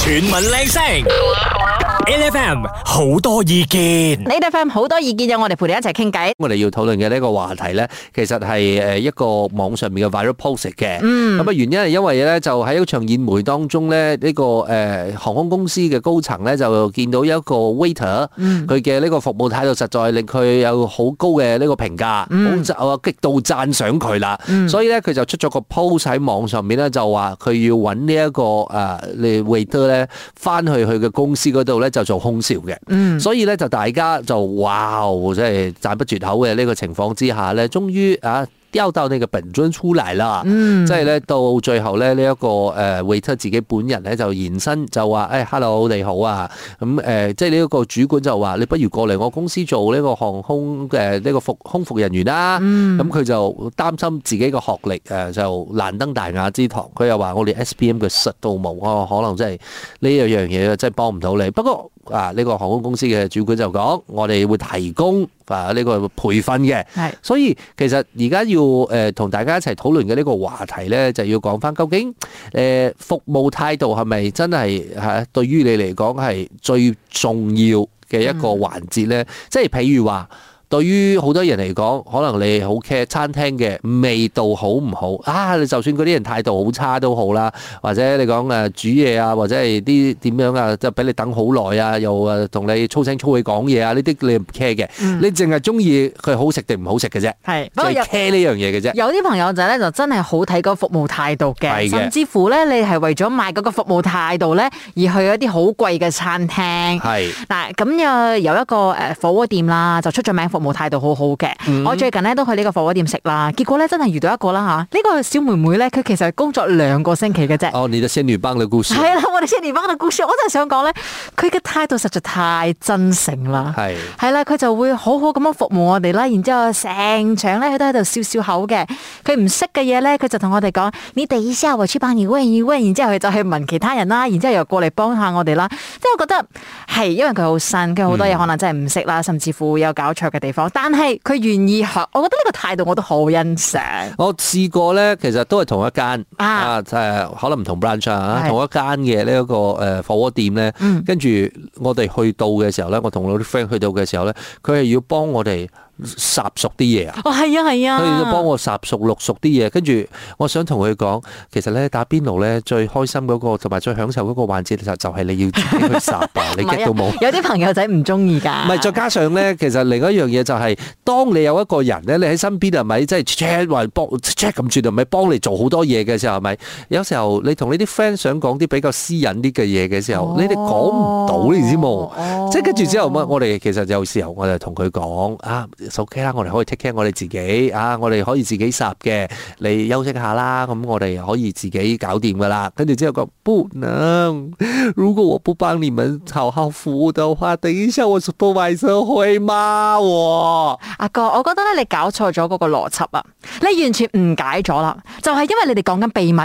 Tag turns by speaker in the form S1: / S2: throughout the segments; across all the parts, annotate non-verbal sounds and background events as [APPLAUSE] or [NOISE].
S1: 全民靚聲，LFM 好多意見。
S2: 你哋 FM 好多意見，有我哋陪你一齊傾偈。
S3: 我哋要討論嘅呢個話題咧，其實係誒一個網上面嘅 viral post 嚟
S2: 嗯
S3: 嘅。咁啊、原因係因為咧，就喺一場宴會當中咧，呢、個誒、航空公司嘅高層咧就見到一個 waiter，佢嘅呢個服務態度實在令佢有好高嘅呢個評價，好就啊極度讚賞佢啦。所以咧，佢就出咗個 post 喺網上面咧，就話佢要揾呢一個誒、你 waiter 咧翻去佢嘅公司嗰度咧就做空少嘅。所以咧就大家就哇，即係讚不絕口嘅呢個情況之下咧，終於啊雕到你嘅本尊出嚟啦。即係咧到最後咧呢一個誒 waiter 自己本人咧就延伸就話誒、哎、hello 你好啊，咁、誒、即係呢一個主管就話你不如過嚟我公司做呢個航空嘅呢個服空服人員啦。咁佢、就擔心自己嘅學歷誒、呃就難登大雅之堂，佢又話我哋 SPM 嘅實都冇啊，可能真係呢一樣嘢真係幫唔到你。不過啊，呢、個航空公司嘅主管就講，我哋會提供啊呢、個培訓嘅。
S2: 係
S3: 所以其實而家要誒同、大家一齊討論嘅呢個話題咧，就要講翻究竟誒、呃服務態度係咪真係嚇、啊、對於你嚟講係最重要嘅一個環節咧？即係譬如話。對於好多人嚟講，可能你好 care 餐廳嘅味道好唔好啊？你就算嗰啲人態度好差都好啦，或者你講誒煮嘢啊，或者係啲點樣啊，就俾你等好耐啊，又誒同你粗聲粗氣講嘢啊，呢啲你唔 care 嘅，你淨係中意佢好食定唔好食嘅啫，
S2: 係，不過嗯
S3: 就
S2: 啊有
S3: 係 care 呢樣嘢嘅啫。
S2: 有啲朋友仔咧就真係好睇個服務態度嘅，
S3: 係嘅
S2: 甚至乎咧你係為咗買嗰個服務態度咧而去一啲好貴嘅餐廳。
S3: 係
S2: 嗱，咁又有一個誒火鍋店啦，就出咗名服務態度好好嘅。
S3: 嗯
S2: 我最近咧都去呢個火鍋店食啦，結果咧真係遇到一個啦嚇，呢、個小妹妹咧佢其實工作兩個星期嘅啫。
S3: 哦，你的仙女棒嘅故事
S2: 系啦，我哋千年班嘅故事，我真係想講咧，佢嘅態度實在太真誠啦。
S3: 係
S2: 係啦，佢就會好好咁樣服務我哋啦，然之後成場咧佢都喺度笑笑口嘅。佢唔識嘅嘢咧，佢就同我哋講：你第一下我去幫你問一問，然之後佢就去問其他人啦，然之後又過嚟幫下我哋啦。即係我覺得係因為佢好新，佢好多嘢可能真係唔識啦，甚至乎有搞錯嘅地方。但係佢願意學，我覺得呢個態度我都好欣賞。
S3: 我試過咧，其實都係同一間
S2: 啊
S3: 啊，誒、可能唔同 branch 啊，
S2: 係嗯
S3: 同一間嘅呢一個誒火鍋店咧，跟住、我哋去到嘅時候咧，我同我啲 friend 去到嘅時候咧，佢係要幫我哋烚熟啲嘢啊。
S2: 哦，係啊，係啊，
S3: 佢要幫我烚熟、淥熟啲嘢，跟住我想同佢講，其實咧打邊爐咧最開心嗰、個同埋最享受嗰個環節就就係你要自己去烚
S2: [LAUGHS]
S3: 啊，你
S2: 唔係
S3: get
S2: 啊
S3: 到冇？
S2: 有啲朋友仔唔中意㗎。
S3: 唔係，再加上咧，其實另一樣嘢就係、當你有一個人咧，你喺身邊係咪即係 check 或幫 check 咁住，係咪幫你做好多嘢嘅時候，係咪有時候你同你啲 friend 想講啲比較私隱啲嘅嘢嘅時候，
S2: 哦
S3: 你哋講唔到，你知冇？
S2: 哦
S3: 即係跟住之後，我我哋其實有時候我就同佢講啊，it's，OK 啦，我哋可以 take care 我哋自己啊，我哋可以自己霎嘅，你休息下啦，咁我哋可以自己搞掂噶啦。跟住之後講不能，如果我不幫你們好好服務的話，等一下我 supervisor 會罵我。
S2: 阿哥，我覺得咧你搞錯咗嗰個邏輯啊！你完全誤解咗啦，就係、因為你哋講緊秘密，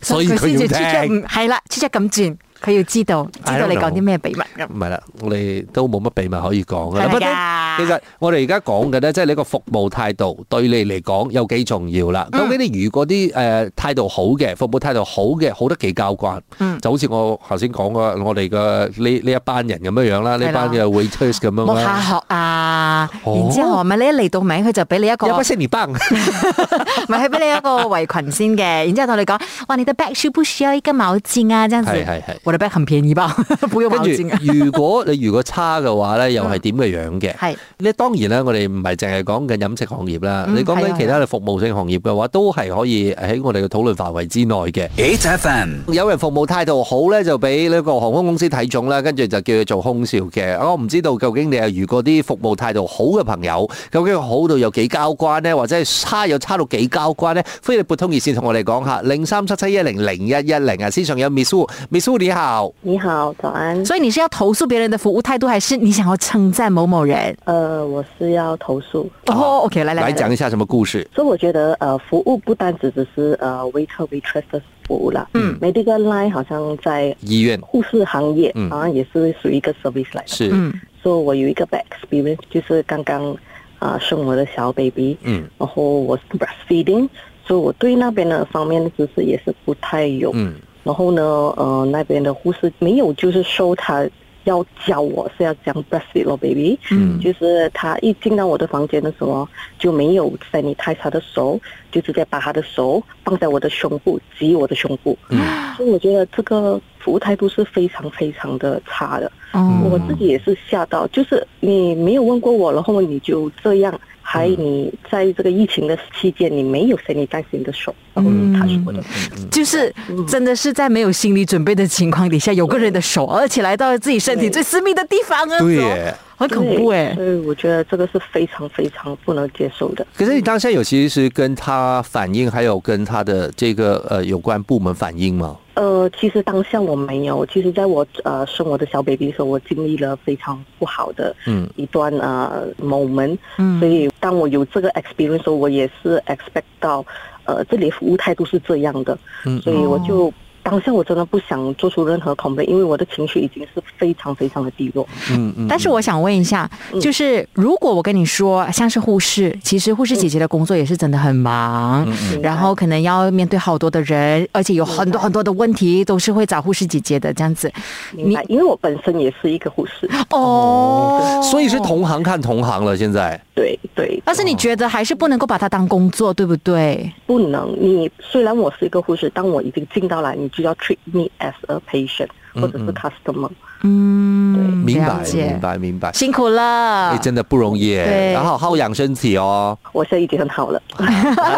S3: 所以佢
S2: 先至
S3: 要
S2: 出
S3: 聽
S2: 唔係啦，出咗咁轉，佢要知道知
S3: I
S2: 道
S3: don't
S2: 你講
S3: know
S2: 啲咩秘密咁。
S3: 唔係啦，我哋都冇乜秘密可以講啦。
S2: 係咪啊
S3: 不
S2: 㗎
S3: 過其實我哋而家講嘅咧，即係你個服務態度對你嚟講有幾重要啦。究竟你如果啲誒態度好嘅，服務態度好嘅，好得幾交關，
S2: 嗯
S3: 就好似我頭先講嘅，我哋嘅呢呢一班人咁樣樣啦，
S2: 係
S3: 呢
S2: 啦
S3: 班嘅 waiters 咁樣
S2: 冇下
S3: 啦。
S2: 學啊，
S3: 哦
S2: 然之後咪你一嚟到名，佢就俾你一個，
S3: 有不識你
S2: [LAUGHS]
S3: 班，
S2: 咪佢俾你一個圍裙先嘅，然之後同你講，哇，你的 bag 需不需要一根毛巾啊？這樣子，
S3: 係係係
S2: 我的 bag 很便宜吧， [LAUGHS] 不用
S3: 跟
S2: 毛巾啊，
S3: 住如果 [LAUGHS] 你如果差嘅話咧，又係點嘅樣嘅？
S2: 係
S3: 呢當然啦，我哋唔係淨係講緊飲食行業啦，
S2: 嗯
S3: 你講
S2: 係啊
S3: 緊其他嘅服務性行業嘅話，都係可以喺我哋嘅討論範圍之內嘅。
S1: HFM
S3: 有人服務態度好咧，就俾呢個航空公司睇中啦，跟住就叫佢做空少嘅。我唔知道究竟你係遇過啲服務態度好嘅朋友，究竟好到有幾交關呢？或者係差又差到幾交關呢？歡迎你撥通熱線同我哋講下零三七七一零零一一零啊！線上有 Miss Wu，Miss Wu 你好，
S4: 你好，早安。
S2: 所以你是要投訴別人的服務態度，還是你想要稱讚某某人？
S4: 呃，我是要投诉，
S2: 哦，OK，來來
S3: 來講一下什麼故事？
S4: 所以我觉得呃，服务不单只只是呃 waiter waitress 的服务啦，嗯，medical line 好像在
S3: 医院
S4: 护士行业，
S3: 嗯
S4: 好像也是属于一个 service line 的。
S3: 是，
S2: 嗯
S4: 所以我有一个 bad experience，就是刚刚啊、呃生我的小 baby，
S3: 嗯，
S4: 然后我是 breastfeeding，所以我对那边的方面的知识也是不太有，
S3: 嗯，
S4: 然后呢，呃，那边的护士没有就是收他。要教我是要讲 breastfeed 咯，baby。嗯，就是他一进到我的房间的时候，就没有 sanitize 他的手，就直接把他的手放在我的胸部，挤我的胸部。嗯，所以我觉得这个服务态度是非常非常的差的。
S2: 哦
S4: 我自己也是吓到，就是你没有问过我，然后你就这样，还你在这个疫情的期间，你没有 sanitize 你的手，然后你 touch 我的手。
S2: 就是真的是在没有心理准备的情况底下，有个人的手，而且来到了自己身体最私密的地方啊，
S3: 对耶
S2: 很恐怖哎、
S4: 对所以我觉得这个是非常非常不能接受的。
S3: 可是你当下有其实是跟他反映，还有跟他的这个呃有关部门反映吗？
S4: 呃，其实当下我没有，其实在我呃生我的小 baby 的时候，我经历了非常不好的
S3: 嗯
S4: 一段呃 moment，
S2: 嗯
S4: 所以当我有这个 experience 的时候，我也是 expect 到呃这里服务态度是这样的，
S3: 嗯
S4: 所以我就。
S2: 哦
S4: 当下我真的不想做出任何 complaint，因为我的情绪已经是非常非常的低落。
S3: 嗯嗯
S2: 但是我想问一下，就是如果我跟你说，像是护士，其实护士姐姐的工作也是真的很忙，
S3: 嗯
S2: 然后可能要面对好多的人，而且有很多很多的问题都是会找护士姐姐的这样子。
S4: 明白，因为我本身也是一个护
S2: [LAUGHS]
S4: 士，
S2: 哦，
S3: 所以是。同行看同行了，现在
S4: 对对，
S2: 但是你觉得还是不能够把它当工作，对不对？
S4: 不能，你虽然我是一个护士，当我已经进到来，你就要 treat me as a patient 或者
S3: 嗯
S4: 是 customer。
S2: 嗯，
S3: 明白
S2: 了解
S3: 明白明白，
S2: 辛苦了
S3: 哎，。真的不容易耶，
S2: 对
S3: 然后好好养身体哦。
S4: 我现在已经很好了。
S3: 很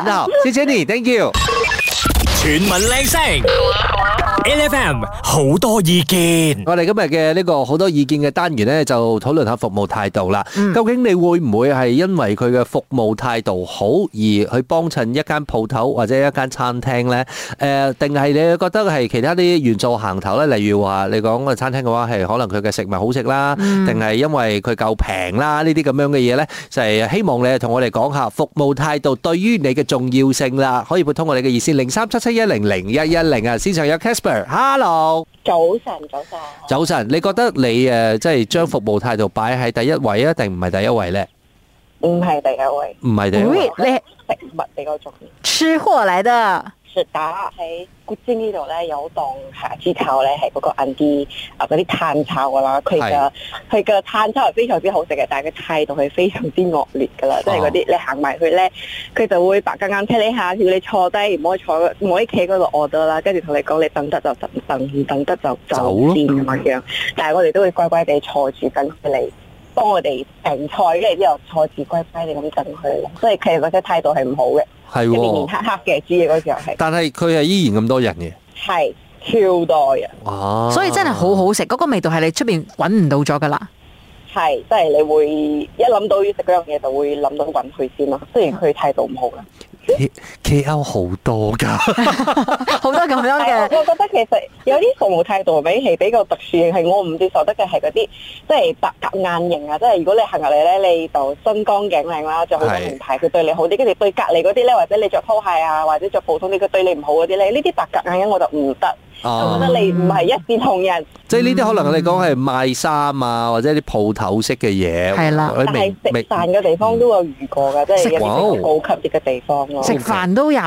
S3: 好，谢谢你，Thank you。
S1: chuyển mình lên sóng, LFM, nhiều ý kiến,
S3: 我哋今日嘅呢個好多意見嘅單元呢，就討論下服務態度啦。究竟你會唔會係因為佢嘅服務態度好而去幫襯一間鋪頭或者一間餐廳呢？诶、定係你覺得係其他啲元素行頭呢？例如話你講個餐廳嘅話，係可能佢嘅食物好食啦，定係因為佢夠平啦？呢啲咁樣嘅嘢呢，就係希望你同我哋講下服務態度對於你嘅重要性啦。可以撥通我哋嘅熱線零三七七一零零一一零啊，線上有 Casper，Hello。
S4: [LAUGHS] 早晨，早晨。
S3: 早晨，你覺得你誒即係將服務態度擺喺第一位啊，定唔係第一位咧？
S4: 唔係第一位，
S3: 唔係第一位啊
S2: 喂，你
S4: 食物比較重要。
S2: 吃貨嚟的，
S4: 雪打喺古煎呢度咧有檔蝦子炒咧係嗰個 a n d 啊嗰啲炭炒噶啦，佢
S3: 係
S4: 嘅佢嘅炭炒係非常之好食嘅，但係佢態度係非常之惡劣噶
S3: 哦
S4: 啦，即係嗰啲你行埋去咧，佢就會白更硬踢你下，叫你坐低，唔可以坐，唔可以企喺嗰度餓得啦，跟住同你講你等得就等，等唔等得就
S3: 走
S4: 走
S3: 咯
S4: 先咁樣。但係我哋都會乖乖地坐住等佢嚟。幫我哋訂菜，跟住之後坐住乖乖地咁等佢咯，所以佢哋嗰啲態度係唔好嘅，
S3: 係
S4: 佢面面
S3: 喎，
S4: 黑黑嘅煮嘢嗰時候係。
S3: 但係佢係依然咁多人嘅，
S4: 係超多人，
S3: 哇！
S2: 所以真係好好食，嗰、個味道係你出邊揾唔到咗噶
S3: [LAUGHS]
S2: 啦。
S4: 係即係你會一諗到要食嗰樣嘢就會諗到揾佢先啦。雖然佢態度唔好啦，
S3: K K L 好多㗎，
S2: 好多咁樣
S4: 但係
S2: 嘅，
S4: 我覺得其實有啲服務態度比起比較特殊型係我唔接受得嘅係嗰啲即係白鴿眼型啊，即係如果你行入嚟咧，你就身光頸靚啦，着好多
S3: 係
S4: 名牌，佢對你好啲，跟住對隔離嗰啲咧，或者你着拖鞋啊，或者着普通啲，佢對你唔好嗰啲咧，呢啲白鴿眼型我就唔得，
S3: [LAUGHS]
S4: 我覺
S3: 哦，
S4: 得你唔係一視同仁，
S3: 即係呢啲可能你講係賣衫啊，或者啲鋪頭式嘅嘢，
S2: 係啦
S3: 或者
S4: 但係
S3: 明
S4: 食
S3: 明
S4: 飯嘅地方都有遇過㗎，即係有
S3: 哦
S4: 啲比較高級啲嘅地方咯。
S2: 食飯都有。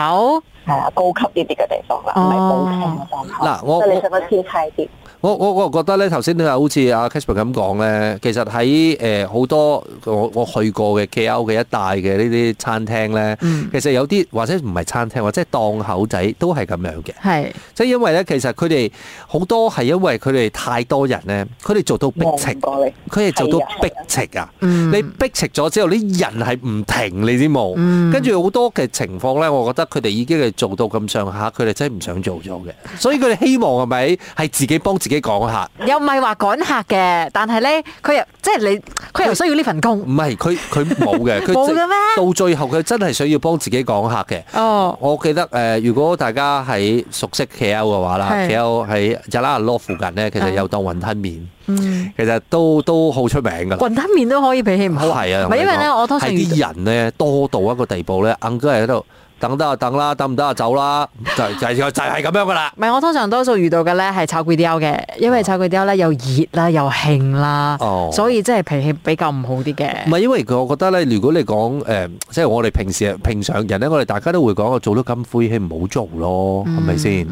S4: 係啊，高級啲啲嘅地方啦，唔係好平嘅檔口。
S3: 嗱我
S4: 即係你想講天差啲，
S3: 我我我覺得咧，頭先都係好似阿 Casper 咁講咧，其實喺誒好多我我去過嘅 KL 嘅一帶嘅呢啲餐廳咧，
S2: 嗯
S3: 其實有啲或者唔係餐廳，或者係檔口仔都係咁樣嘅，
S2: 係
S3: 即係因為咧，其實佢哋好多係因為佢哋太多人咧，佢哋做到逼
S4: 望
S3: 情
S4: 唔，過你。
S3: 佢哋做
S4: 係
S3: 到
S4: 啊
S3: 逼情啊！
S2: 嗯
S3: 你逼情咗之後，啲人係唔停，你知冇？
S2: 嗯
S3: 跟住好多嘅情況咧，我覺得佢哋已經係做到咁上下，佢哋真係唔想做咗嘅，所以佢哋希望係咪係自己幫自己講下？
S2: 又唔係話趕客嘅，但係咧佢又即係你佢又需要呢份工
S3: 唔係，佢佢冇
S2: [LAUGHS]
S3: 嘅，佢
S2: 冇嘅咩
S3: 到最後佢真係想要幫自己講客嘅。
S2: 哦。
S3: 我記得誒、呃如果大家喺熟悉 KL 嘅話啦
S2: 係
S3: ，KL 喺扎拉羅附近咧，其實有檔雲吞麵，
S2: 嗯，
S3: 其實都都好出名㗎啦。
S2: 雲吞麵都可以脾氣唔好
S3: 係啊，
S2: 唔係因為咧，我通常
S3: 係
S2: 遇到
S3: 啲人咧多到一個地步咧，硬哥喺度等得就等啦，等唔得就走啦，就就就就係咁樣噶啦。
S2: 唔係，我通常多數遇到嘅咧係炒粿條嘅，因為炒粿條咧又熱啦，又興啦，
S3: 哦
S2: 所以真係脾氣比較唔好啲嘅
S3: 唔。係因為佢，我覺得咧，如果你講誒、呃即係我哋平時平常人咧，我哋大家都會講，我做到咁灰氣唔好做咯，係咪先？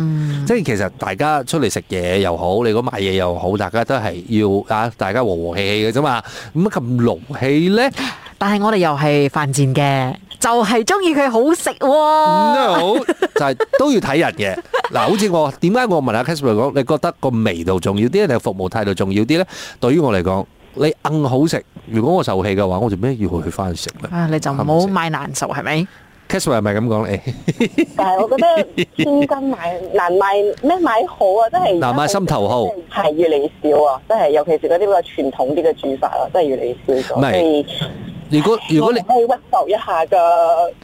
S3: 即係其實大家出嚟食嘢又好，你講買嘢又好，大家都係要啊，大家和和氣氣嘅啫嘛。點解咁勞氣咧
S2: 但係我哋又係犯賤嘅，就係中意佢好食喎。
S3: ？No，就係都要睇人
S2: [LAUGHS]
S3: 嘅。嗱，好似我點解我問阿 Casper 講，你覺得個味道重要啲定係服務態度重要啲咧？對於我嚟講，你硬好食，如果我受氣嘅話，我做咩要去翻去食咧
S2: 啊，你就唔好買難受係咪？
S3: ？Casper 係咪咁
S2: [LAUGHS]
S3: 講你？
S4: 但係啊我覺得千金
S3: [LAUGHS]
S4: 買難買咩買好啊，真係
S3: 嗱，買心頭好，唔
S4: 係越嚟越少啊！真係，尤其是嗰啲比較傳統啲嘅煮法啊，真係越嚟越少
S3: 唔係
S4: 咗。所以
S3: 如果如果你
S4: 我可以屈就一下㗎，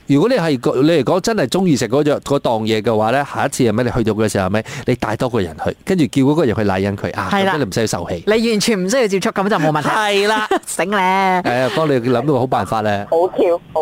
S3: 如果你係個你嚟講真係中意食嗰隻嗰檔嘢嘅話咧，下一次係咩？你去到嘅時候係咪？你帶多個人去，跟住叫嗰個人去賴引佢啊，
S2: 係
S3: 咁
S2: 啦
S3: 樣你唔使受氣。
S2: 你完全唔需要接觸，咁就冇問題。係啦， [LAUGHS] 醒咧。
S3: 係啊，幫你諗到好辦法咧。
S4: 好跳，
S3: [LAUGHS]
S4: 好。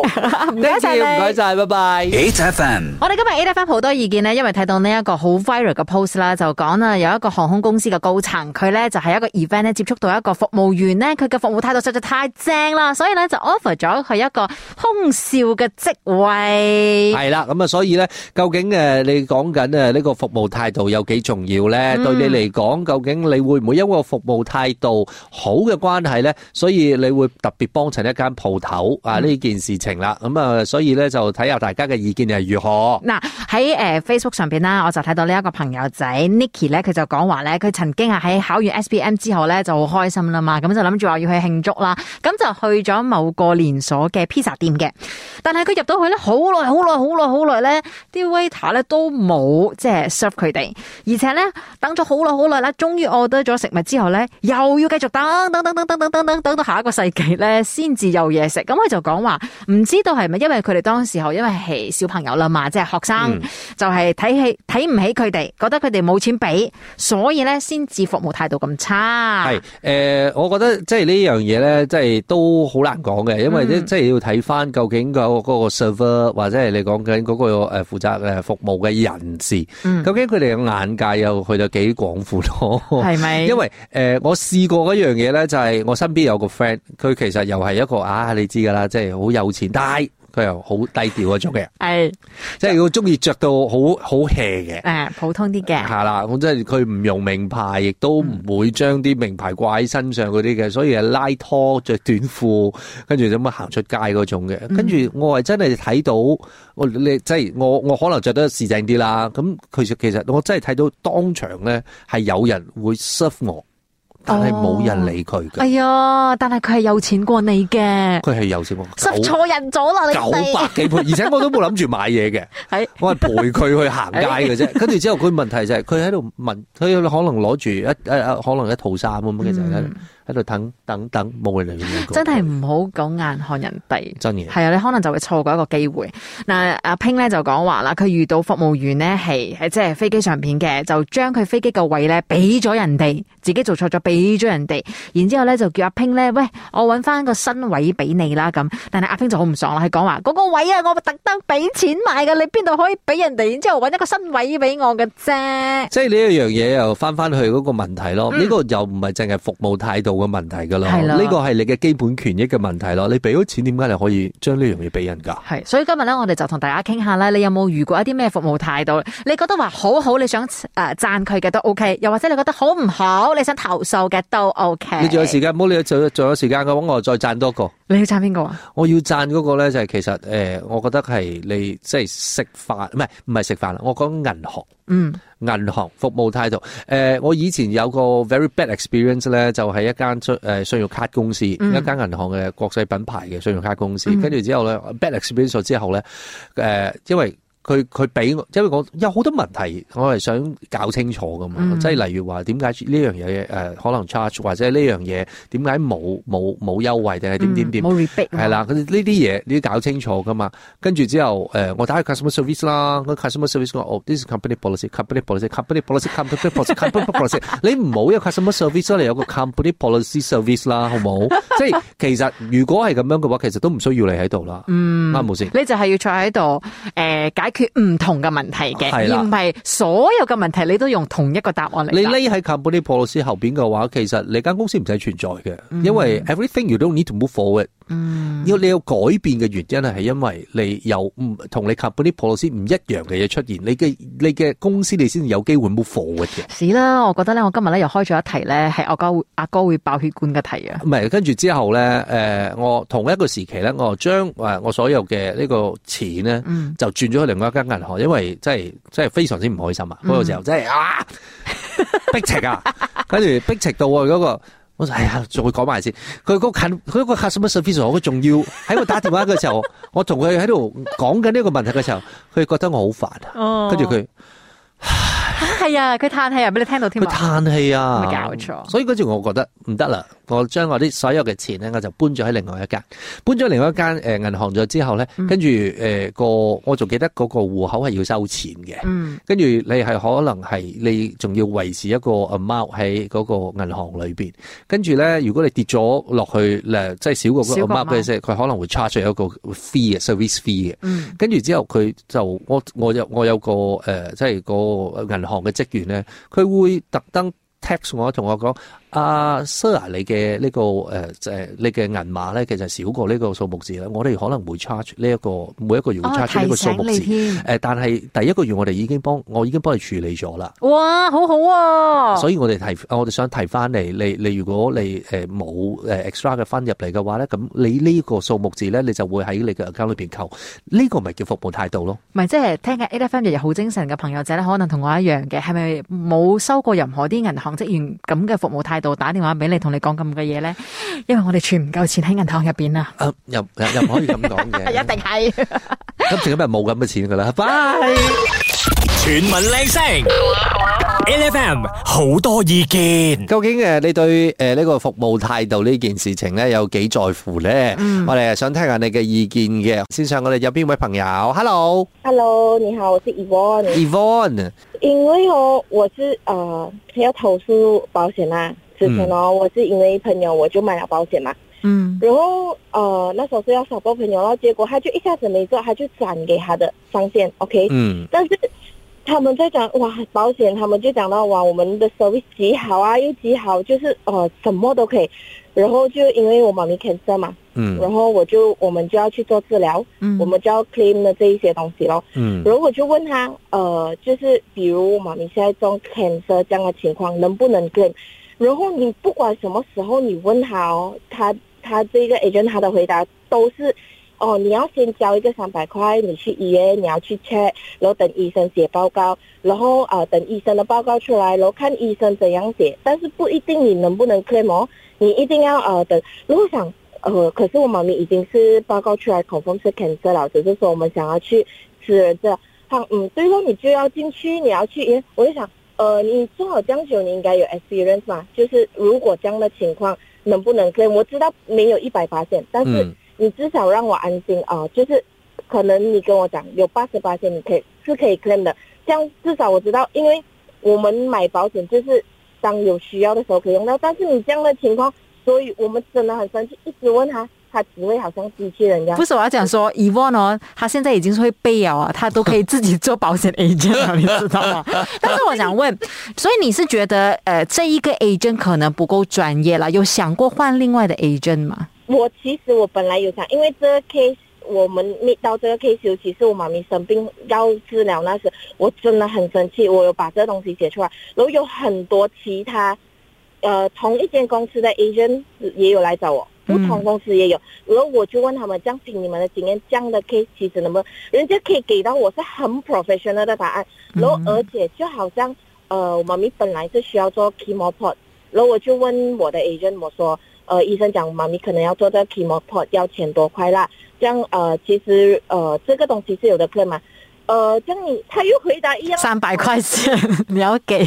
S2: 唔該晒
S3: Thank you，唔該
S2: 你。
S3: 晒，拜拜。
S1: 8FM,
S2: 我哋今日 A F M 好多意見呢，因為睇到呢一個好 viral 嘅 post 啦，就講啦有一個航空公司嘅高層，佢呢就係一個 event 呢接觸到一個服務員呢，佢嘅服務態度實在太正啦，所以呢就 offer 咗佢一個空少嘅職位。
S3: 係啦，咁啊，所以咧，究竟誒你講緊誒呢個服務態度有幾重要咧？對你嚟講，究竟你會唔會因為服務態度好嘅關係咧，所以你會特別幫襯一間鋪頭啊？呢件事情啦，咁啊，所以咧就睇下大家嘅意見係如何。
S2: 嗱喺誒 Facebook 上邊啦，我就睇到呢一個朋友仔 Nicky 咧，佢就講話咧，佢曾經係啊喺考完 SPM 之後咧就好開心啦嘛，咁就諗住話要去慶祝啦，咁就去咗某個連鎖嘅 pizza 店嘅，但係佢入到去咧好耐好耐好耐好耐咧，啲 waiter 咧都冇即係 serve 佢哋，而且咧等咗好耐好耐啦，終於 order 咗食物之後咧，又要繼續等等等等等等等等等到下一個世紀咧先至有嘢食，咁佢就講話。唔知道係咪因為佢哋當時候因為係小朋友啦嘛，即係學生，就係睇起睇唔起佢哋，覺得佢哋冇錢俾，所以咧先至服務態度咁差。
S3: 係誒、我覺得即係呢樣嘢咧，即係都好難講嘅，因為咧即係要睇翻究竟個嗰個 server 或者係你講緊嗰個誒負責誒服務嘅人士，究竟佢哋嘅眼界又去到幾廣闊咯？
S2: 係咪？
S3: 因為誒、我試過一樣嘢咧，就係、我身邊有個 friend，佢其實又係一個啊，你知㗎啦，即係好有錢，但係佢又好低調嗰種嘅，
S2: 係
S3: 即係佢中意着到好好 hea 嘅。
S2: 誒普通啲嘅，
S3: [LAUGHS] 係啦，咁即係佢唔用名牌，亦都唔會將啲名牌掛喺身上嗰啲
S2: 嗯
S3: 嘅，所以係拉拖着短褲，跟住咁樣行出街嗰種嘅。
S2: 嗯
S3: 跟住我係真係睇到，我你即係我我可能着得市正啲啦。咁佢就其實我真係睇到當場咧係有人會 serve 我，但係冇人理佢
S2: 哎
S3: 嘅。
S2: 呀，但係佢係有錢過你嘅
S3: 佢係有錢我
S2: ，serve
S3: 九
S2: 錯人咗啦，你
S3: 九
S2: 哋
S3: 百幾倍，而且我都冇諗住買嘢嘅。
S2: [LAUGHS] 係
S3: 我係陪佢去行街
S2: [LAUGHS]
S3: 嘅啫。跟住之後，佢問題就係佢喺度問，佢可能攞住一誒可能一套衫咁樣，其實喺度喺度等等等，冇人嚟理
S2: 嗯
S3: 佢
S2: 真係唔好講眼看人哋。
S3: 真嘅。
S2: 係啊，你可能就會錯過一個機會。嗱，阿 Ping 咧就講話啦，佢遇到服務員呢係係即係飛機上邊嘅，就將佢飛機嘅位咧俾咗人哋，自己做錯咗俾咗人哋，然之後咧就叫阿 Ping 咧，喂，我揾翻個新位俾你啦咁。但係阿 Ping 就好唔爽啦，佢講話嗰個位啊，我特登俾錢買嘅，你邊度可以俾人哋，然之後揾一個新位俾我嘅啫。
S3: 即係呢一樣嘢又翻翻去嗰個問題咯，呢、個又唔係淨係服務態度嘅問題噶啦，
S2: 嗯係啦
S3: 呢個係你嘅基本權益嘅問題咯。你俾咗錢，點解你可以將呢樣嘢俾人㗎？
S2: 係，所以今日咧，我哋就同大家傾下啦。你有冇遇過一啲咩服務態度？你覺得話好好，你想誒讚佢嘅都 OK，又或者你覺得好唔好，你想投訴嘅都 OK。
S3: 你仲有時間，唔好你仲有仲有時間嘅話，我再賺多個。
S2: 你要讚邊個啊？
S3: 我要讚嗰個咧就係、其實誒、呃我覺得係你即係食飯，唔係唔係食飯啦，我講銀行。
S2: 嗯，
S3: 銀行服務態度。誒、我以前有個 very bad experience 咧，就係、一間信誒信用卡公司，
S2: 嗯
S3: 一間銀行嘅國際品牌嘅信用卡公司。跟住之後咧，bad experience 呃咗之後咧，誒、因為。佢佢俾我，因為我有好多問題，我係想搞清楚噶嘛。即係例如話點解呢樣嘢誒可能 charge 或者呢樣嘢點解冇冇冇優惠定係點點
S2: 嗯
S3: 點？
S2: 冇 rebate
S3: 係啦，佢呢啲嘢你要搞清楚噶嘛。跟住之後，誒、呃我打去 customer service 啦，個 customer service 講哦，this is company policy，company policy，company policy，company policy，company policy。你唔好有 customer service 啦，你有個 company policy service 啦，好冇？即係其實如果係咁樣嘅話，其實都唔需要你喺度啦，啱冇先？
S2: 你就係要坐喺度诶解決唔同嘅問題嘅，
S3: 哦係啦
S2: 而唔係所有嘅問題你都用同一個答案嚟答。
S3: 你匿喺 company policy 後邊嘅話，其實你間公司唔使存在嘅，因為 everything you don't need to move forward。要你有改變嘅原因係因為你有唔同你 company policy 唔一樣嘅嘢出現，你嘅你嘅公司你先有機會 move forward 嘅。
S2: 是啦，我覺得咧，我今日咧又開咗一題咧，係阿哥會阿哥會爆血管嘅題啊。
S3: 唔係，跟住之後咧，誒、我同一個時期咧，我將誒我所有嘅呢個錢咧，就轉咗去另外一間銀行，因為真係真係非常之唔開心啊！嗰、個時候真係啊，逼斥啊，跟住逼斥到我嗰、個。我就哎呀，仲會講埋先。佢嗰個近，佢嗰個 customer service，我仲要喺我打電話嘅時候，我同佢喺度講緊呢個問題嘅時候，佢覺得我好煩啊。跟住佢
S2: 係啊，佢嘆氣啊，俾你聽到添
S3: 佢
S2: 啊。
S3: 嘆氣啊，
S2: 咪搞錯
S3: 所以嗰次我覺得唔得啦，我將我啲所有嘅錢咧，我就搬咗喺另外一間，搬咗另外一間誒銀行咗之後咧，
S2: 嗯
S3: 跟住誒個我仲記得嗰個户口係要收錢嘅，
S2: 嗯
S3: 跟住你係可能係你仲要維持一個 amount 喺嗰個銀行裏邊，跟住咧如果你跌咗落去誒，即係少過嗰
S2: 少
S3: 個
S2: 過
S3: amount 嘅時候佢可能會 charge 一個 fee 嘅 service fee 嘅。
S2: 嗯，
S3: 跟住之後佢就我我有我有個誒、呃即係個銀行嘅職員咧，佢會特登 text 我，同我講：阿 Sir 啊你嘅呢、個誒誒、呃你嘅銀碼咧，其實少過呢個數目字咧，我哋可能會 charge 呢、一個每一個月會
S2: 哦，
S3: charge 呢
S2: 提
S3: 個數
S2: 醒
S3: 目
S2: 你
S3: 字。
S2: 添。
S3: 誒，但係第一個月我哋已經幫我已經幫你處理咗啦，
S2: 哇，好好啊！
S3: 所以我哋提我哋想提翻你，你你如果你誒冇誒 extra 嘅分入嚟嘅話咧，咁你呢個數目字咧，你就會喺你嘅 account 裏邊扣，呢、個咪叫服務態度咯。
S2: 唔係即係聽緊 A F M 日日好精神嘅朋友仔咧，可能同我一樣嘅，係咪冇收過任何啲銀行職員咁嘅服務態度打電話俾你，同你講咁嘅嘢咧？因為我哋存唔夠錢喺銀行入邊啊！
S3: 啊，又又又唔可以咁講嘅，
S2: 一定 [LAUGHS] 係。
S3: 今時今日冇咁嘅錢噶啦，拜。
S1: 全民靚聲，LFM 好多意見。
S3: 究竟誒你對誒呢個服務態度呢件事情咧有幾在乎咧？
S2: 嗯
S3: 我哋係想聽下你嘅意見嘅。線上我哋有邊位朋友？Hello，Yvonne。
S4: Hello，你好，我是
S2: 嗯
S4: Yvonne，因为哦，我是呃要投诉保险啦。之前
S3: 嗯
S4: 哦，我是因为朋友我就买了保险嘛，
S2: 嗯
S4: 然后呃那时候是要少报朋友，然后结果他就一下子没做，他就转给他的上线，OK，
S3: 嗯
S4: 但是他们在讲哇保险，他们就讲到哇我们的 service 极好啊，又极好，就是呃什么都可以。然后就因为我妈咪 cancer 嘛，然
S3: 嗯
S4: 后我就我们就要去做治疗，
S2: 嗯
S4: 我们就要 claim 的这一些东西咯。
S3: 嗯
S4: 然后我就问他，呃，就是比如我妈咪现在中 cancer 这样的情况，能不能 claim？然后你不管什么时候你问他哦，他他这个 agent 他的回答都是，哦，你要先交一个三百块，你去医院你要去 check，然后等医生写报告，然后呃等医生的报告出来，然后看医生怎样写，但是不一定你能不能 claim 哦，你一定要呃等。如果想呃，可是我妈咪已经是报告出来 confirm 是 cancer 了，只是说我们想要去指着他，嗯，对咯，你就要进去，你要去医院。我就想，呃，你做好这样久，你应该有 experience 嘛，就是如果这样的情况能不能 claim？我知道没有一百八线，但是
S3: 嗯
S4: 你至少让我安心啊、就是可能你跟我讲有八十八线，你可以是可以 claim 的，这样至少我知道，因为我们买保险就是当有需要的时候可以用到，但是你这样的情况，所以我们真的很生气，一直问他，他只会好像机器人一样
S2: 不。是我要讲说，Evan 哦，他现在已经是会背啊，他都可以自己做保险 agent 了，你知道吗？但是我想问，所以你是觉得呃这一个 agent 可能不够专业啦，有想过换另外的 agent 吗？
S4: 我其实我本来有想，因为这个 case 我们 meet 到这个 case，尤其是我妈咪生病要治疗那时，我真的很生气，我有把这东西写出来，然后有很多其他，呃，同一间公司的 agent 也有来找我。不同公司也有，然后我就问他们，这样凭你们的经验，这样的 case 其实能不能，人家可以给到我是很 professional 的答案，然后而且就好像，呃，我妈咪本来是需要做 chemo pot，然后我就问我的 agent，我说，呃，医生讲妈咪可能要做这个 chemo pot 要千多块啦，这样呃，其实呃这个东西是有的 claim 嘛，
S5: 呃，这样你他又回答一样，
S2: 三百块钱 [LAUGHS] 你要给，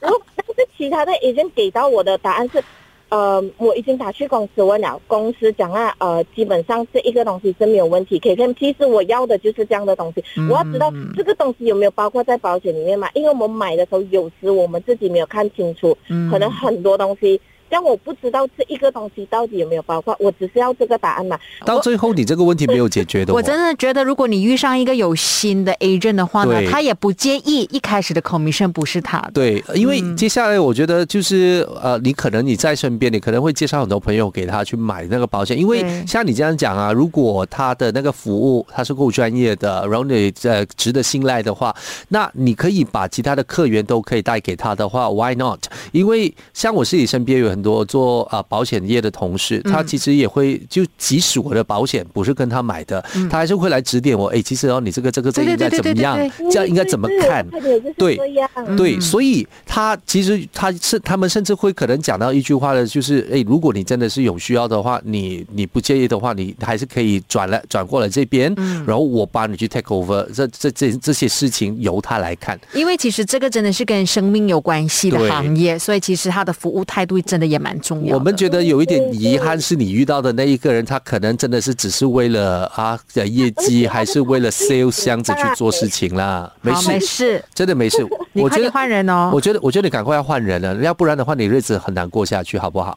S5: 然后但是其他的 agent 给到我的答案是，呃，我已经打去公司问了，公司讲啊，呃，基本上这一个东西是没有问题。K K，其实我要的就是这样的东西，
S3: 嗯
S5: 我要知道这个东西有没有包括在保险里面嘛？因为我们买的时候，有时我们自己没有看清楚，
S2: 嗯
S5: 可能很多东西。但我不知道这一个东西到底有没有包括，我只是要这个答案嘛。
S3: 到最后你这个问题没有解决的、哦，
S2: 我真的觉得，如果你遇上一个有心的 agent 的话呢
S3: 对，
S2: 他也不介意一开始的 commission 不是他的。嗯
S3: 对，因为接下来我觉得就是、呃，你可能你在身边，你可能会介绍很多朋友给他去买那个保险，因为
S2: 对
S3: 像你这样讲啊，如果他的那个服务他是够专业的，然后你呃值得信赖的话，那你可以把其他的客源都可以带给他的话，Why not？因为像我自己身边有很多做啊、呃保险业的同事，他
S2: 嗯
S3: 其实也会就即使我的保险不是跟他买的，他还是会来指点我，哎，其实哦你这个这个这
S2: 对
S3: 应
S2: 嗯对
S3: 该
S2: 对
S3: 怎么
S2: 对对
S3: 样
S2: 对，
S3: 这样应该怎么看？
S5: 对对
S3: 对
S5: 对就是这样。
S3: 对，所以他其实他是他们甚至会可能讲到一句话的，就是诶，如果你真的是有需要的话，你你不介意的话，你还是可以转来转过来这边，然后我帮你去 take over 这这这这些事情由他来看。
S2: 因为其实这个真的是跟生命有关系的
S3: 对
S2: 行业，所以其实他的服务态度真的也蛮重要的。
S3: 我们觉得有一点遗憾是你遇到的那一个人，他可能真的是只是为了啊的业绩，还是为了 sales 这样子去做事情啦，没
S2: 好没
S3: 事，
S2: 事，
S3: 真的没事。
S2: 你
S3: 我
S2: 快
S3: 觉
S2: 点
S3: 得
S2: 换人哦。
S3: 我觉得，我觉得你赶快要换人了，要不然的话，你日子很难过下去，好不好？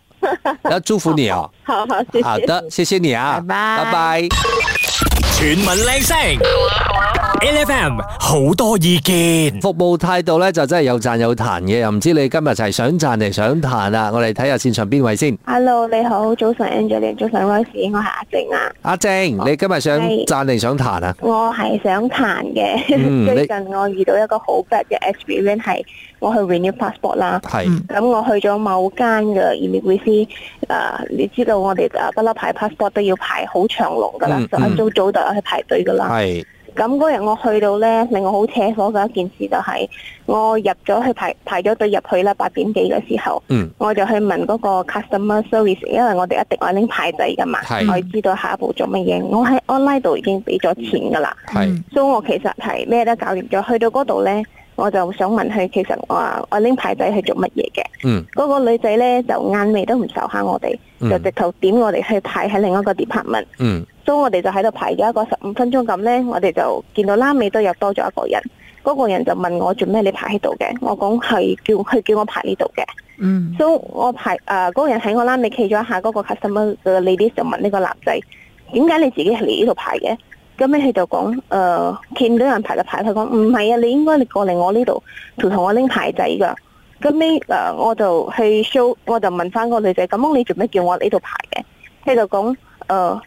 S3: 要祝福你哦。
S5: 好好，谢谢。
S3: 好的，谢谢你啊，
S2: 拜拜
S3: 拜拜。
S1: 全民靚聲，L F M 好多意見。
S3: 服務態度咧就真係有讚有彈嘅，又唔知你今日就係想讚定想彈啊？我哋睇下線上邊位先。
S4: Hello，你好，早晨 Angeline，早晨 Royce，我係阿靜啊，
S3: 阿正，你今日想
S4: 係
S3: 讚定想彈啊？
S4: 我係想彈嘅。 [LAUGHS]
S3: 嗯
S4: 最近我遇到一個好 bad 嘅 experience 係我去 renew passport 啦。
S3: 係
S4: 咁我去咗某間嘅 immigration，誒，你知道我哋啊誒不嬲排 passport 都要排好長龍噶啦
S3: 嗯，
S4: 就一早早就有去排隊噶啦。
S3: 係
S4: 咁嗰日我去到呢，令我好扯火嘅一件事就係、我入咗去排排咗隊入去啦，八點幾嘅時候，
S3: 嗯
S4: 我就去問嗰個 customer service，因為我哋一定我拎牌仔噶嘛，
S3: 係
S4: 我知道下一步做乜嘢。我喺 online 度已經俾咗錢噶啦，
S3: 係
S2: 嗯
S4: 所以我其實係咩都搞掂咗。去到嗰度呢，我就想問佢，其實我話我拎牌仔去做乜嘢嘅？
S3: 嗯
S4: 嗰、個女仔呢，就眼眉都唔睄下我哋，
S3: 嗯
S4: 就直頭點我哋去排喺另一個 department。
S3: 嗯
S4: 所以我哋就喺度排咗一個十五分鐘咁呢，我哋就見到拉尾都有多咗一個人，嗰、個人就問我做咩你排喺度嘅，我講係叫佢叫我排呢度嘅，
S2: 嗯
S4: 所以我排呃誒嗰、個人喺我拉尾企咗一下，嗰、個 customer 嘅 lady 就問呢個男仔點解你自己係嚟呢度排嘅？咁咧佢就講誒、呃見到人排就排，佢講唔係啊，你應該你過嚟我呢度同同我拎牌仔㗎。咁呢，誒我就去 show，我就問翻個女仔，咁你做咩叫我嚟呢度排嘅？佢就講誒、呃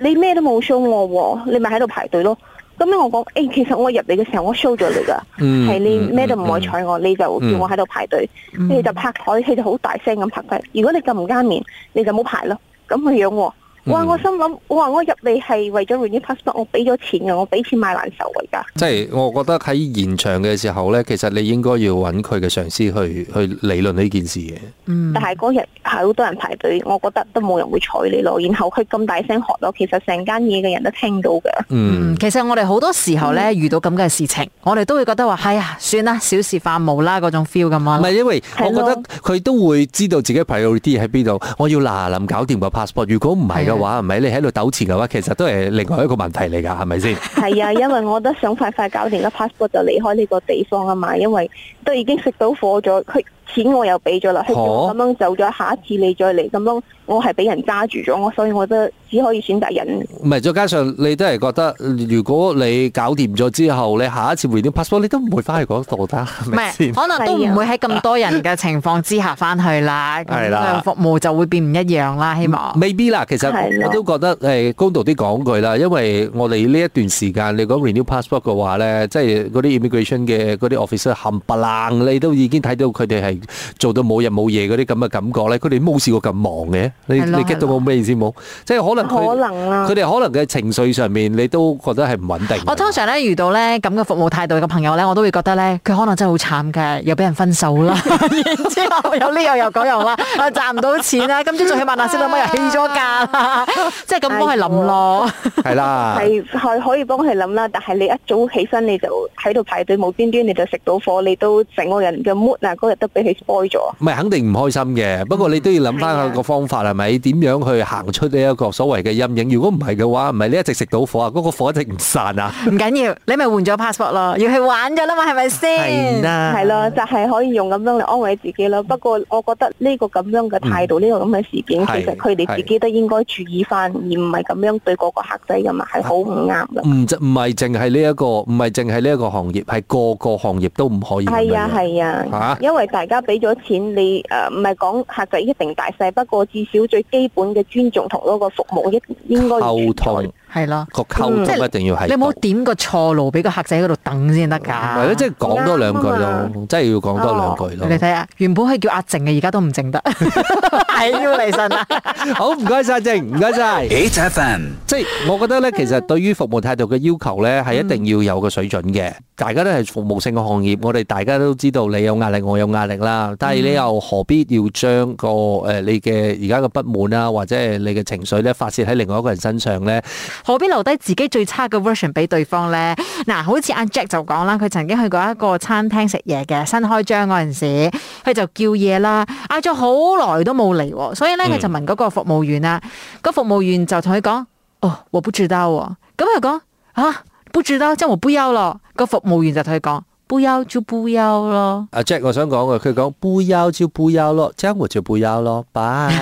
S4: 你咩都冇 show 我喎，你咪喺度排隊咯。咁咧我講，誒、其實我入嚟嘅時候我 show 咗你㗎，係、
S3: 嗯
S4: 你
S3: 嗯
S4: 咩都唔可
S3: 嗯
S4: 以睬我，你就叫我喺度排隊，
S2: 嗯
S4: 你就拍台，佢就好大聲咁拍佢。如果你咁唔加面，你就冇排咯。咁佢樣喎。哇！
S3: 嗯
S4: 我心諗，哇！我入嚟係為咗 renew passport，我俾咗錢嘅，我俾錢買難受㗎而家。
S3: 即係我覺得喺現場嘅時候咧，其實你應該要揾佢嘅上司去去理論呢件事嘅。
S2: 嗯
S4: 但係嗰日係好多人排隊，我覺得都冇人會睬你咯。然後佢咁大聲喝咯，其實成間嘢嘅人都聽到嘅。
S2: 嗯，其實我哋好多時候咧遇到咁嘅事情，我哋都會覺得話，哎呀，算啦，小事化無啦嗰種 feel 咁啊
S3: 唔
S2: 樣。
S3: 係，因為我
S4: 係
S3: 覺
S4: 咯
S3: 得佢都會知道自己 priority 喺邊度，我要嗱臨搞掂個 passport。如果唔係嘅話，唔係你喺度糾纏嘅話，其實都係另外一個問題嚟㗎，係咪先？
S4: 係啊，因為我都想快快搞掂個 passport 就離開呢個地方啊嘛，因為都已經食到火咗，佢錢我又俾咗啦，佢叫我
S3: 哦
S4: 咁樣走咗，下一次你再嚟咁樣，我係俾人揸住咗，我所以我都只可以選擇忍。
S3: 唔係，再加上你都係覺得，如果你搞掂咗之後，你下一次回點 passport，你都唔會翻去嗰度啦，係
S2: 唔
S3: 咪
S2: 係，
S3: 先？
S2: 可能都唔會喺咁多人嘅情況之下翻去
S3: [LAUGHS]
S2: 啦，
S3: 係啦
S2: 咁服務就會變唔一樣啦，希望。
S3: 未必啦，其實
S4: 係咯
S3: 我都覺得誒公道啲講句啦，因為我哋呢一段時間你講 renew passport 嘅話咧，即係嗰啲 immigration 嘅嗰啲 officer 冚唪唥，你都已經睇到佢哋係係做到冇日冇夜嗰啲咁嘅感覺咧，佢哋冇試過咁忙嘅。你
S2: 係咯
S3: 你 get 到我咩意思冇？即係可能佢
S6: 可能啦
S3: 佢哋可能嘅情緒上面，你都覺得係唔穩定嘅。
S2: 我通常咧遇到咧咁嘅服務態度嘅朋友咧，我都會覺得咧佢可能真係好慘嘅，又俾人分手
S3: [LAUGHS]
S2: 啦，然之後又呢樣又嗰樣啦，又賺唔到錢啦，今朝仲起萬達斯兩蚊又起咗價
S3: [LAUGHS]
S2: 啦，即係咁幫佢諗咯。 [LAUGHS]
S3: 係啦，
S6: 係係可以幫佢諗啦，但係你一早起身你就喺度排隊，冇端端你就食到火，你都整個人嘅 mood 啊，嗰日都俾佢 spoil 咗。
S3: 唔係肯定唔開心嘅，不過你都要諗翻下個方法係咪？點樣去行出呢一個所謂嘅陰影？如果唔係嘅話，唔係你一直食到火啊，嗰、個火一直唔散啊。
S2: 唔緊要，你咪換咗 passport 咯，要去玩咗啦嘛，係咪先？
S3: 啦
S6: 係咯，就係可以用咁樣嚟安慰自己咯。不過我覺得呢個咁樣嘅態度，呢、個咁嘅事件，
S3: 係
S6: 其實佢哋自己都應該注意翻，而唔係咁樣對個個客仔噶嘛，係好唔啱噶。
S3: 唔就唔係淨係呢一個，唔係淨係呢一個行業，係個個行業都唔可以咁樣嘅。
S6: 係啊係啊
S3: 嗯嚇，
S6: 因為大家俾咗錢，你誒唔係講客仔一定大細，不過至少最基本嘅尊重同嗰個服務一應該要存
S3: 溝
S6: 在
S3: 通
S2: 係咯，
S3: 個溝
S2: 嗯即
S3: 通
S2: 係
S3: 一定要
S2: 你
S3: 係
S2: 唔好
S3: 度。
S2: 點個錯路俾個客仔喺嗰度等先得
S3: 係咯，
S2: 㗎。
S3: 即係講多兩句
S6: 啱啊
S3: 咯，真係要講多兩句
S2: 你睇
S3: 咯。
S2: 下，原本佢叫阿靜嘅，而家都唔靜得，係要嚟神啦。
S3: 好，唔該晒靜，唔該晒。
S1: 8FM,
S3: 即係我覺得咧，其實對於服務態度嘅要求咧，係一定要有個水準嘅。大家都係服務性嘅行業，我哋大家都知道你有壓力，我有壓力啦。但係你又何必要將個誒、呃你嘅而家嘅不滿啊，或者係你嘅情緒咧，發泄喺另外一個人身上咧？
S2: 何必留低自己最差嘅 version 俾對方呢？嗱，好似阿 Jack 就講啦，佢曾經去過一個餐廳食嘢嘅，新開張嗰陣時，佢就叫嘢啦，嗌咗好耐都冇嚟喎，所以
S3: 嗯
S2: 呢，佢就問嗰個服務員啦，個服務員就同佢講：哦，我不知道喎。咁佢講啊，不知道，即係我不休咯。個服務員就同佢講：不休就不休咯。
S3: 阿 Jack，我想講嘅，佢講不要就不要咯，這樣我就不要咯，拜。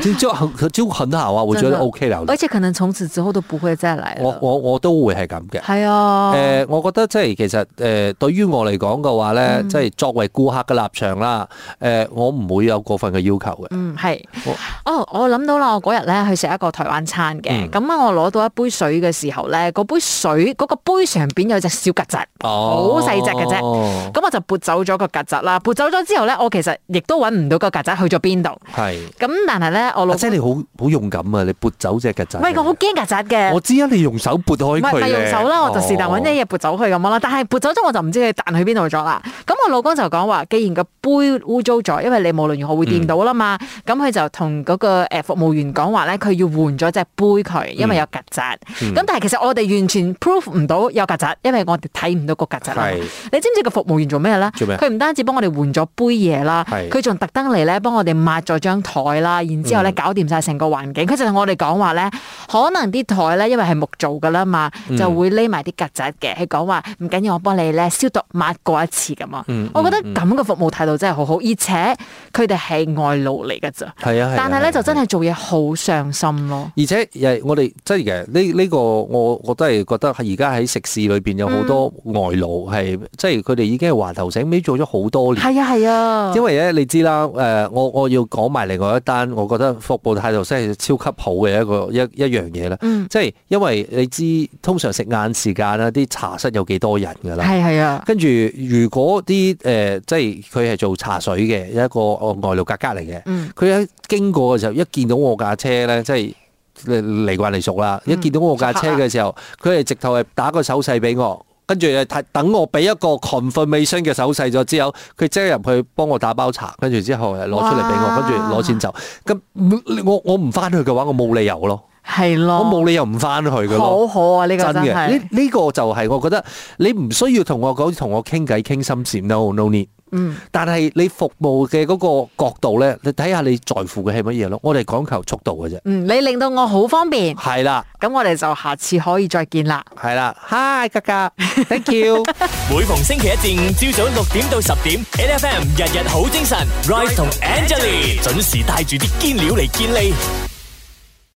S3: 就就很就很好啊，我覺得
S2: 真的
S3: OK 啦。
S2: 而且可能從此之後都不會再嚟
S3: 我
S2: 了。
S3: 我我都會係咁嘅。
S2: 係啊，
S3: 誒、呃我覺得即係其實誒、呃對於我嚟講嘅話咧，
S2: 嗯
S3: 即係作為顧客嘅立場啦，誒、我唔會有過分嘅要求嘅。
S2: 嗯，係
S3: 我。
S2: 哦，我諗到啦，我嗰日咧去食一個台灣餐嘅，
S3: 嗯
S2: 咁啊、我攞到一杯水嘅時候咧，嗰杯水嗰、個杯上邊有隻小曱甴，
S3: 哦
S2: 好細隻嘅啫。
S3: 啫，
S2: 咁我就撥走咗個曱甴啦，撥走咗之後咧，我其實亦都揾唔到個曱甴去咗邊度。
S3: 係。
S2: 咁但係咧，我老
S3: 阿姐你好好勇敢啊！你撥走隻曱甴。
S2: 唔係我好驚曱甴嘅
S3: 我。知啊，你用手撥開
S2: 唔
S3: 佢
S2: 係
S3: 哦
S2: 唔係用
S3: 咧
S2: 手啦，我就是但揾一嘢撥走佢咁樣啦。但係撥走咗我就唔知佢彈去邊度咗啦。咁我老公就講話，既然個杯污糟咗，因為你無論如何會掂到啦嘛，
S3: 嗯
S2: 咁佢、就同嗰個誒服務員講話咧，佢要換咗隻杯佢，因
S3: 嗯
S2: 為有曱甴。咁、但係其實我哋完全 proof 唔到有曱甴，因為我哋睇唔到個曱甴啊嘛
S3: 係
S2: 你知唔知個服務員做咩咧？
S3: 做咩
S2: 佢唔單止幫我哋換咗杯嘢啦，
S3: 係
S2: 佢仲特登嚟咧幫我哋抹咗張台啦，然之後
S3: 嗯
S2: 咧搞掂晒成個環境。佢就同我哋講話咧，可能啲台咧因為係木做噶啦嘛，
S3: 嗯
S2: 就會匿埋啲曱甴嘅。佢講話唔緊要，我幫你咧消毒抹過一次咁
S3: 嗯
S2: 啊。我覺得咁嘅服務態度真係好好，而且佢哋係外勞嚟噶咋，
S3: 係啊，係啊
S2: 但係咧
S3: 係啊
S2: 就真係做嘢好上心咯。
S3: 而且誒，我哋真係嘅呢呢個，我我都係覺得係而家喺食肆裏邊有好多
S2: 嗯
S3: 外勞係，即係佢哋已經係環頭醒尾做咗好多年。
S2: 係啊係啊，
S3: 嗯因為咧，你知啦，誒、我我要講埋另外一單，我覺得服務態度真係超級好嘅一個一一樣嘢啦。
S2: 嗯
S3: 即係因為你知，通常食晏時間啦，啲茶室有幾多人㗎啦。
S2: 係係啊，
S3: 跟住，如果啲誒、呃即係佢係做茶水嘅一個呃外勞格格嚟嘅，
S2: 嗯
S3: 佢喺經過嘅時候，一見到我架車咧，即係呃嚟嚟慣嚟熟啦。一見到我架車嘅時
S2: 嗯
S3: 候，佢係直頭係打個手勢俾我，跟住係等我俾一個 confirmation 嘅手勢咗之後，佢即刻入去幫我打包茶，跟住之後呃攞出嚟俾
S2: 哇
S3: 我，跟住攞錢走。咁嗯我我唔翻去嘅話，我冇理由咯，
S2: 係
S3: 我
S2: 咯，
S3: 冇理由唔翻去嘅
S2: 哦好
S3: 咯。
S2: 好啊呢個
S3: 真
S2: 真
S3: 嘅，
S2: 係
S3: 呢。呢個就係我覺得你唔需要同我講同我傾偈傾心事，no no need。
S2: 嗯，
S3: 但係你服務嘅嗰個角度咧，你睇下你在乎嘅係乜嘢咯？我哋講求速度嘅啫。
S2: 嗯，你令到我好方便，
S3: 係啦，
S2: 咁我哋就下次可以再見啦。
S3: 係啦，Hi 格格，Thank you。
S1: 每逢星期一至五朝早六點到十點，8FM, ngày ngày tốt tinh thần. Rise và Angelie, 準時帶住啲堅料嚟健力。